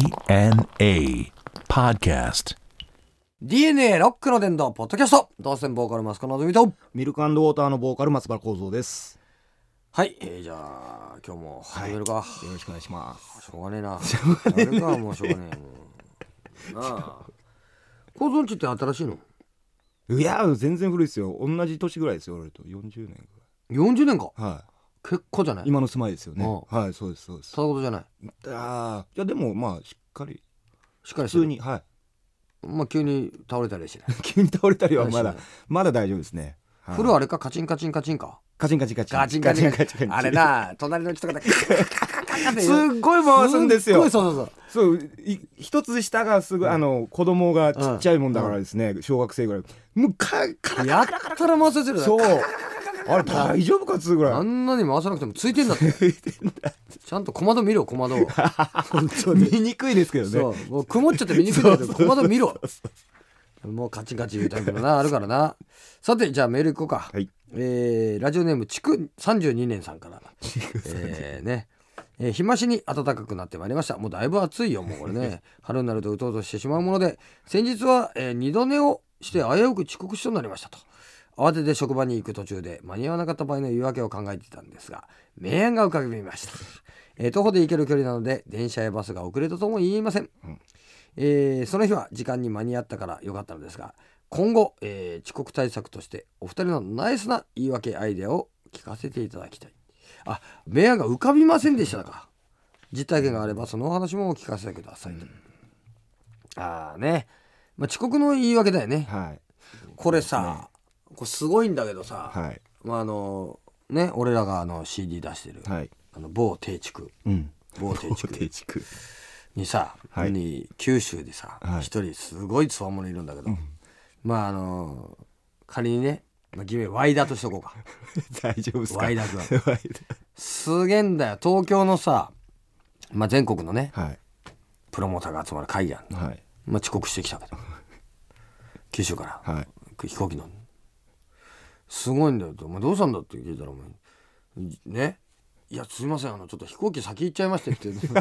DNA Podcast. DNA ロックの伝道ポッドキャスト同線ボーカルマスコのぞみとミルクウォーターのボーカル松原幸三です。はい、えー、じゃあ今日も始めるか、よろしくお願いします。しょうがねえなしょうがねえかもうしょうがねえもうなあ構造んちって新しいのいや全然古いですよ。同じ年ぐらいですよ。俺と40年40年かぐらい。は結構じゃないい。今の住まいですよね。うはい、そうですそうです。ただことじゃないああ、いやでもまあしっかりしっかり普してる通にはい。まあ急に倒れたりはしない 急に倒れたりはまだはいまだ大丈夫ですね。はい風呂あれかカチンカチンカチンかカチンカチンカチンガチンガチンガチンあれ。な隣の人がカカカカカカって言うすっごい回すんですよっごいそうそうそうそうい一つ下がすごい、あの子供がちっちゃいもんだからですね、小学生ぐらいもうかかやったら回せてるだそうあれ大丈夫かっつうぐらあいんなに回さなくてもついてんだってちゃんと小窓見ろ小窓を本当に 見にくいですけどねそうもう曇っちゃって見にくいんだけど小窓見ろもうカチンカチン言うタイプのなあるからなさてじゃあメールいこうか、はいえーラジオネーム築32年さんからえーねえー日増しに暖かくなってまいりましたもうだいぶ暑いよもうこれね春になるとうとうとしてしまうもので先日は、えー二度寝をして危うく遅刻しそうになりましたと慌てて職場に行く途中で間に合わなかった場合の言い訳を考えていたんですが明暗が浮かびました、えー徒歩で行ける距離なので電車やバスが遅れたとも言いません、えーその日は時間に間に合ったから良かったのですが今後、えー遅刻対策としてお二人のナイスな言い訳アイデアを聞かせていただきたいあ明暗が浮かびませんでしたか実体験があればそのお話もお聞かせくださいと、ああね、まあ、遅刻の言い訳だよねはいこれさ、これすごいんだけどさ、はいまああのね俺らがあの CD 出してる、はいあの某定畜うん某定畜地区にさ、はいに九州でさはい一、人すごいつわものいるんだけど、まああの仮にね、まあ、偽名ワイダとしとこう か 大丈夫ですかワイダ君 ワイすげえんだよ東京のさ、まあ、全国のねダはいプロモーターが集まる会議あんのはいまあ、遅刻してきた けど九州から、はい飛行機乗るすごいんだよと「お前どうしたんだ?」って聞いたら「お前ねいやすいませんあのちょっと飛行機先行っちゃいまして」って 言うの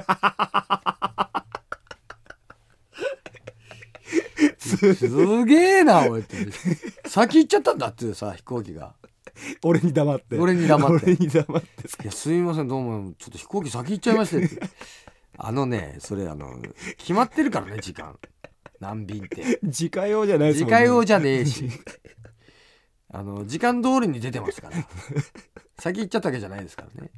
すげえなおいって先行っちゃったんだっていうさ飛行機が俺に黙って俺に黙って俺に黙って「いやすいませんどうもちょっと飛行機先行っちゃいまして」ってあのねそれあの決まってるからね時間何便って。自家用じゃないで自すもんね家用じゃねえ しあの時間通りに出てますから先行っちゃったわけじゃないですからね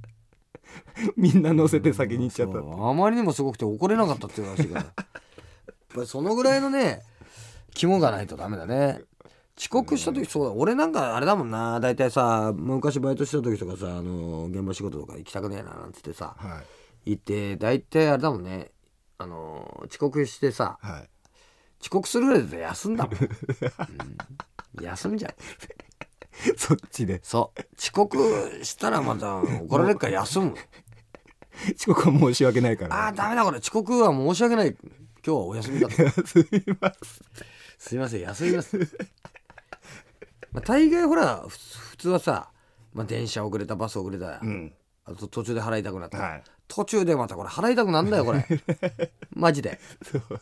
みんな乗せて先に行っちゃったそうあまりにもすごくて怒れなかったっていう話がやっぱりそのぐらいのね肝がないとダメだね遅刻した時そうだ俺なんかあれだもんな大体さ昔バイトしてた時とかさあの現場仕事とか行きたくねえななんつってさはい行って大体あれだもんねあの遅刻してさはい遅刻するぐらいだったら休んだも ん、うん休んじゃうそっちでそう遅刻したらまた怒られるから休む遅刻は申し訳ないか ああらダメだこれ遅刻は申し訳ない今日はお休みだとすいません すいません休み ます、まあ、大概ほらふ普通はさ、まあ、電車遅れたバス遅れた、うんあと途中で払いたくなった、はい途中でまたこれ払いたくなんだよこ れマジで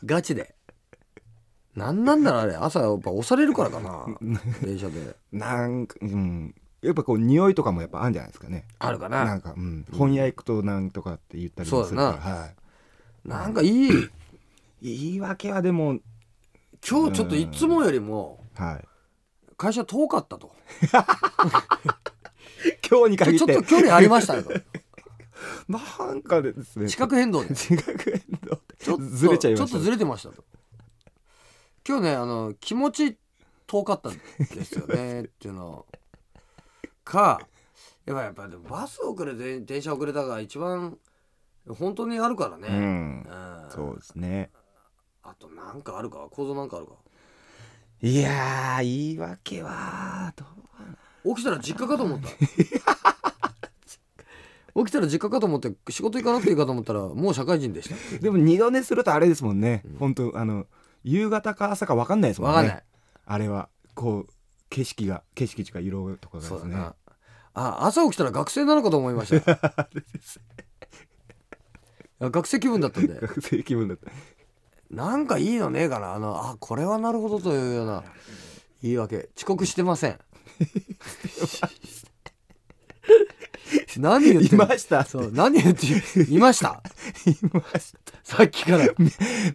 ガチでなんなんだろうあれ朝やっぱ押されるからか な電車でなんかうんやっぱこう匂いとかもやっぱあるんじゃないですかねあるかななんかうん本屋行くとなんとかって言ったりもするからそうだはなんかいいい言い訳はでも今日ちょっといつもよりもはい会社遠かったと。今日にちょ限っちょってと距離ありましたね と。なんかですね地殻変動で。地殻変動でちょっと ずれちゃいましたちょっとずれてましたと。今日ね、あの、気持ち遠かったんですよね、っていうのか、やっぱやっぱでもバス遅れて、電車遅れたが一番本当にあるからうね。んうんそうですねあとなんかあるか構造なんかあるかいやー言い訳はど起きたら実家かと思った起きたら実家かと思って仕事行かなくていいかと思ったらもう社会人でしたうでも二度寝するとあれですもんね、本当あの夕方か朝か分かんないですもわんねかんないあれはこう景色が景色とか色とかがでそうすだね な。あ、朝起きたら学生なのかと思いました。学生気分だったんで学生気分 だったなんかいいのねえかなあのあこれはなるほどというような言い訳遅刻してませ ん何言っいてんのましたってそう何言っていましたいましたさっきから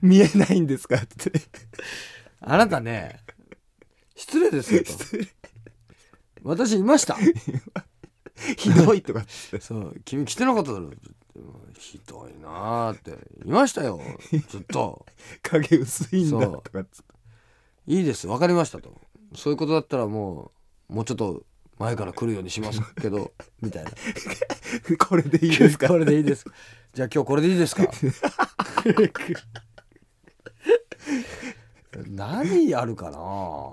見えないんですかって あなたね失礼ですよと私いました ひどいとかってそう君来てなかっただろひどいなあっていましたよずっと影薄いんだそうとかっていいです分かりましたとそういうことだったらもうもうちょっと前から来るようにしますけどみたいなこれでいいですかこれでいいですかじゃあ今日これでいいですか何やるかな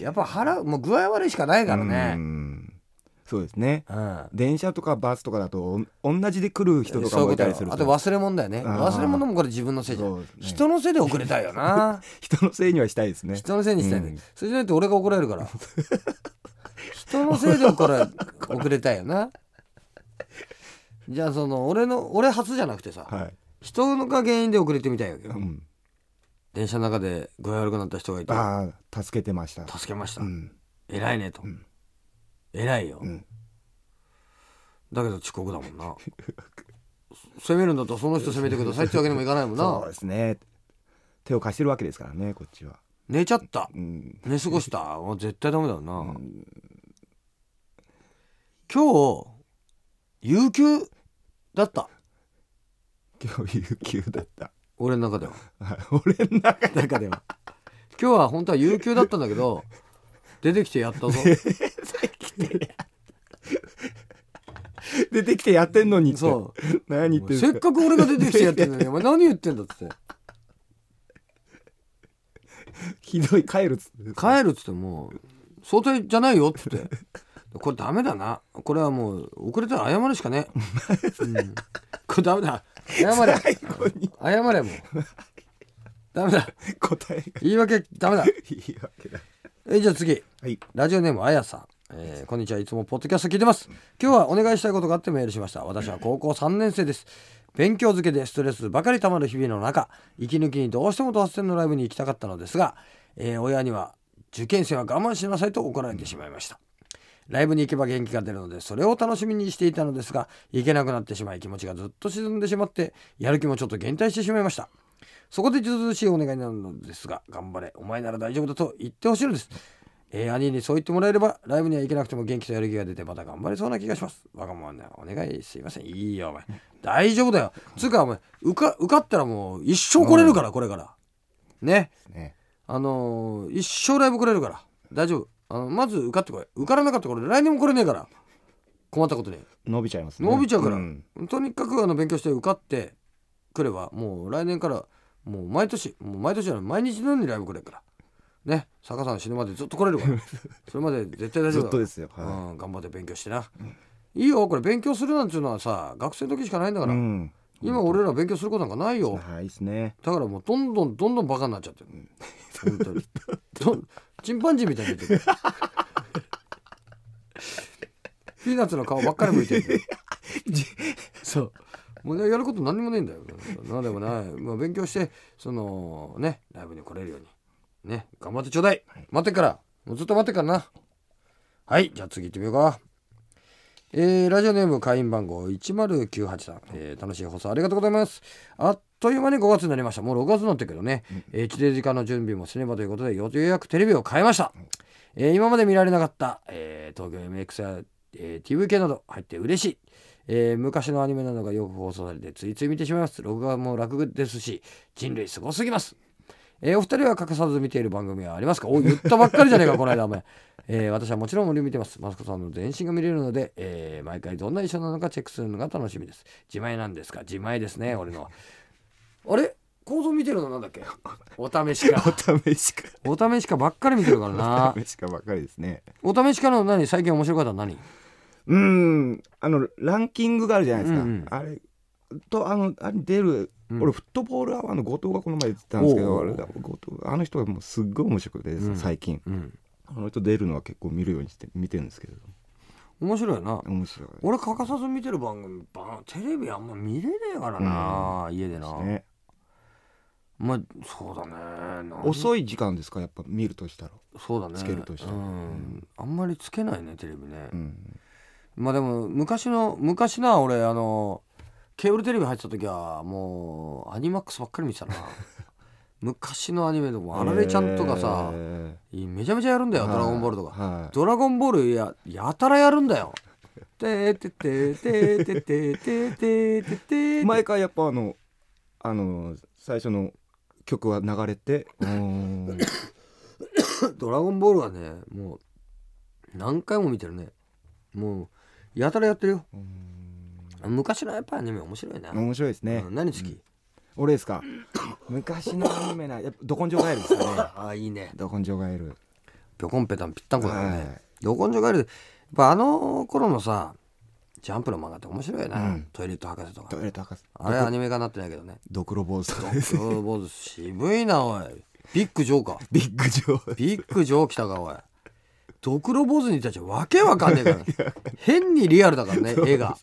やっぱ腹もう具合悪いしかないからうねんそうですねうん電車とかバスとかだとお同じで来る人とかそういうもこいとたよりするあと忘れ物だよねあー忘れ物もこれ自分のせいじゃん、そうですね人のせいで遅れたいよ な人のせいにはしたいですね人のせいにしたいね、うんそれじゃないと俺が怒られるから人のせいで怒 ら遅れたいよなじゃあその俺の俺初じゃなくてさ、はい、人のが原因で遅れてみたいわけよ、うん、電車の中で具合悪くなった人がいてああ助けてました助けました、うん偉いねと、ん偉いよ、んだけど遅刻だもんな責めるんだったらその人責めてくださいってわけにもいかないもんそうなですね手を貸してるわけですからねこっちは寝ちゃったうん寝過ごしたもう絶対ダメだよな、今日有給だった今日有給だった 俺の中では俺の中で中では今日は本当は有給だったんだけど出てきてや ったぞ出てきてやってんのにってそ何言ってうるんせっですかかく俺が出てきてやってんのにお前何言ってんだっつってひどい帰るっつって帰るっつっても想定じゃないよっつってこれダメだなこれはもう遅れたら謝るしかねえ、うんこれダメだ謝れ最後に謝れもうダメだ答えが言い訳ダメだいいわけだえじゃあ次はいラジオネームあやさん、えーこんにちはいつもポッドキャスト聞いてます今日はお願いしたいことがあってメールしました私は高校3年生です勉強漬けでストレスばかりたまる日々の中息抜きにどうしてもドハセンのライブに行きたかったのですが、えー親には受験生は我慢しなさいと怒られてしまいましたライブに行けば元気が出るのでそれを楽しみにしていたのですが行けなくなってしまい気持ちがずっと沈んでしまってやる気もちょっと減退してしまいましたそこでずうずうしいお願いになるのですが頑張れお前なら大丈夫だと言ってほしいのです、えー兄にそう言ってもらえればライブには行けなくても元気とやる気が出てまた頑張れそうな気がしますわがままなお願いすいませんいいよお前大丈夫だよつうかお前受か受かったらもう一生来れるからこれからねねあのー一生ライブ来れるから大丈夫あのまず受かってこい受からなかったらこれ来年も来れねえから困ったことに伸びちゃいますね伸びちゃうから、んとにかくあの勉強して受かってくればもう来年からもう毎年もう毎年じゃない毎日のようにライブ来れるからね坂さん死ぬまでずっと来れ るからそれまで絶対大丈夫ずっとですようはいん、頑張って勉強してな、いいよこれ勉強するなんていうのはさ学生の時しかないんだから、うん今俺ら勉強することなんかないよ、はいいいですねだからもうどんどんどんどんバカになっちゃってる、本当にどんチンパンジーみたいになってるピーナッツの顔ばっかり向いてるそうもうやること何にもねえんだよなんでもない、まあ、勉強してそのねライブに来れるようにね頑張ってちょうだい待ってっからもうずっと待ってっからなはいじゃあ次行ってみようかえーラジオネーム会員番号1098さん、えー楽しい放送ありがとうございますあっという間に5月になりましたもう6月になってるけどね、えー、地デジ化の準備もすればということで予約テレビを変えました、えー今まで見られなかった、えー東京 MX や、えー TVK など入って嬉しい、えー昔のアニメなどがよく放送されてついつい見てしまいます録画も楽ですし人類すごすぎますえーお二人は欠かさず見ている番組はありますかお言ったばっかりじゃねえかこの間お前、えー私はもちろん森を見てますマスコさんの全身が見れるので、えー毎回どんな衣装なのかチェックするのが楽しみです自前なんですか自前ですね俺のはあれ構造見てるのなんだっけお試し かお試しかお試しかばっかり見てるからなお試しかばっかりですねお試しかの何最近面白かったの何うんあのランキングがあるじゃないですか、うんうんあれとあのあれ出る、ん俺フットボールアワーの後藤がこの前言ってたんですけどおうおあうおうれだ後藤あの人がもうすっごい面白くて、うん最近うんあの人出るのは結構見るようにして見てるんですけれど面白いな面白い俺欠かさず見てる番組ばテレビあんま見れねえからな、家でな、ねまあそうだねい遅い時間ですかやっぱ見るとしたらそうだねつけるとしうたらん、あんまりつけないねテレビね、うんまあでも昔の昔な俺あのケーブルテレビ入ってた時はもうアニマックスばっかり見てた な昔のアニメとかあられちゃんとかさ、えいめちゃめちゃやるんだーよ「ドラゴンボール」とかは「いドラゴンボールや」やたらやるんだよ。てーててててててててて毎回やっぱあのあの最初の曲は流れてうーん ドラゴンボールはねもう何回も見てるねもうやたらやってるよ昔のやっぱアニメ面白いな、面白いですねうん何好き、俺ですか昔のアニメなやっぱど根性ガエルですかねああいいねど根性ガエルぴょこんぺたんぴったんこだよね、はいど根性ガエルやっぱあの頃のさジャンプの漫画って面白いよな、うんトイレット博士とかトイレット博士あれアニメ化になってないけ どねドクロ坊主ドクロボーズ渋いなおいビッグジョーかビッグジョービッグジョー来たかおいドクロ坊主にたちはわけわかんねえから変にリアルだ からね絵が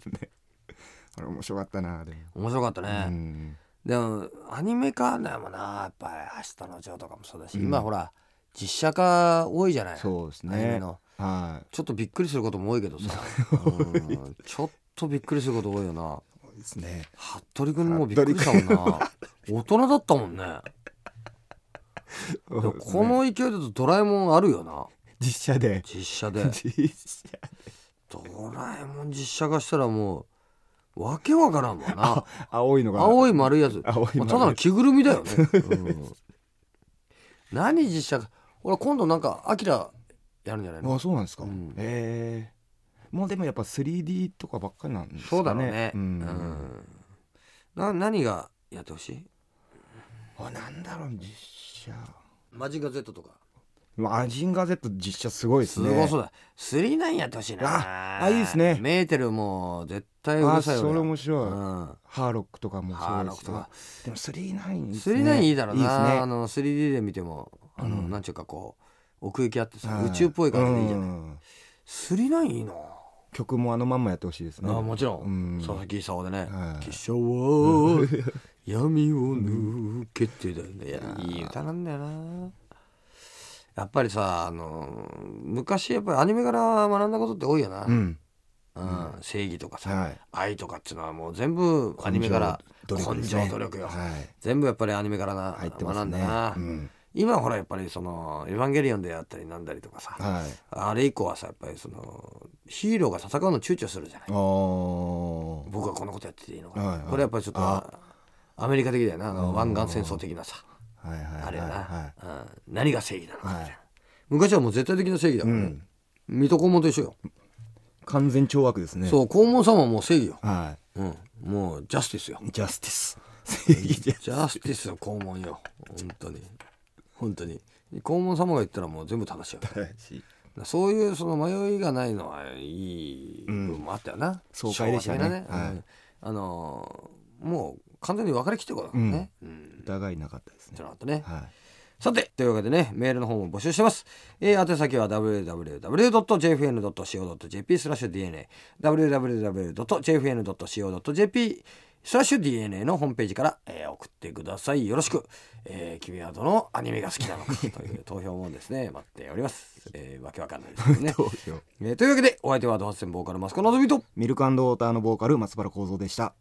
あれ面白かったなでも面白かったうね、んでもアニメ化だもんなやっぱり「明日のジョー」とかもそうだし、今ほら実写化多いじゃないそうですアニメねのはちょっとびっくりすることも多いけどさ、うんちょっとびっくりすること多いよないですね服部君もびっくりしたもん な大人だったもんねでもこの勢いだと「ドラえもん」あるよな 実写で実写で実写ドラえもん実写化したらもうわけわからんわな青いのが青い丸いやつ青い丸いまあただの着ぐるみだよね、うん何実写化俺今度なんかアキラやるんじゃないのあそうなんですか、うんええもうでもやっぱ 3D とかばっかりなんですかねそうだろうねう、うんんな何がやってほしいあなんだろう実写マジンガ Z とかマジンガー Z 実写すごいですすねごそうだ39やってほしいなああいいっすねメーテルも絶対うあるさいよそれ面う白い、んハーロックとかもハーロッそうクとですかがでも39いいですね 3D いいだろうなあいの 3D で見てもあの、うんなんちゅうかこう奥行きあってさ、ですね宇宙っぽい感じでいいじゃうない、ん39いいな、曲もあのまんまやってほしいですねあもちろん、うん佐々木功でねは「い汽車は闇を抜けて」だよねいやいい歌なんだよなやっぱりさあの昔やっぱりアニメから学んだことって多いよな、うんうん正義とかさ、はい愛とかっていうのはもう全部アニメから根性努力ですね努力よ、はい全部やっぱりアニメからな入ってま学すんだねな、うん今ほらやっぱりその「エヴァンゲリオン」であったりなんだりとかさ、はいあれ以降はさやっぱりそのヒーローが戦うの躊躇するじゃないあー僕はこんなことやってていいのかな、はいはいこれやっぱりちょっとあアメリカ的だよなあの湾岸戦争的なさはいはいはいあれやな、はうん何が正義なのかみたいな、はい昔はもう絶対的な正義だいかうらね、ん水戸黄門と一緒よ、完全懲悪ですねそう黄門様はもう正義よ、はうん、もうジャスティスよいジャスティス正義じゃジャスティスの肛門よ本当に本当に肛門様が言ったらもう全部正しいよそういうその迷いがないのはいい部分もあったよな、爽快でしたね昭和的なはいうんあのーもう完全に別れきってことだからねうん、疑いなかったですじねゃなかったね、はさてというわけでねメールの方も募集してます、えー、宛先は www.jfn.co.jp スラッシュ DNA www.jfn.co.jp スラッシュ DNA のホームページから、えー送ってくださいよろしく、えー君はどのアニメが好きなのかという投票もですね待っております、えーわけわかんないです けどねい、どうしようえーというわけでお相手はドハツボーカルマスコのぞみとミルクウォーターのボーカル松原幸三でした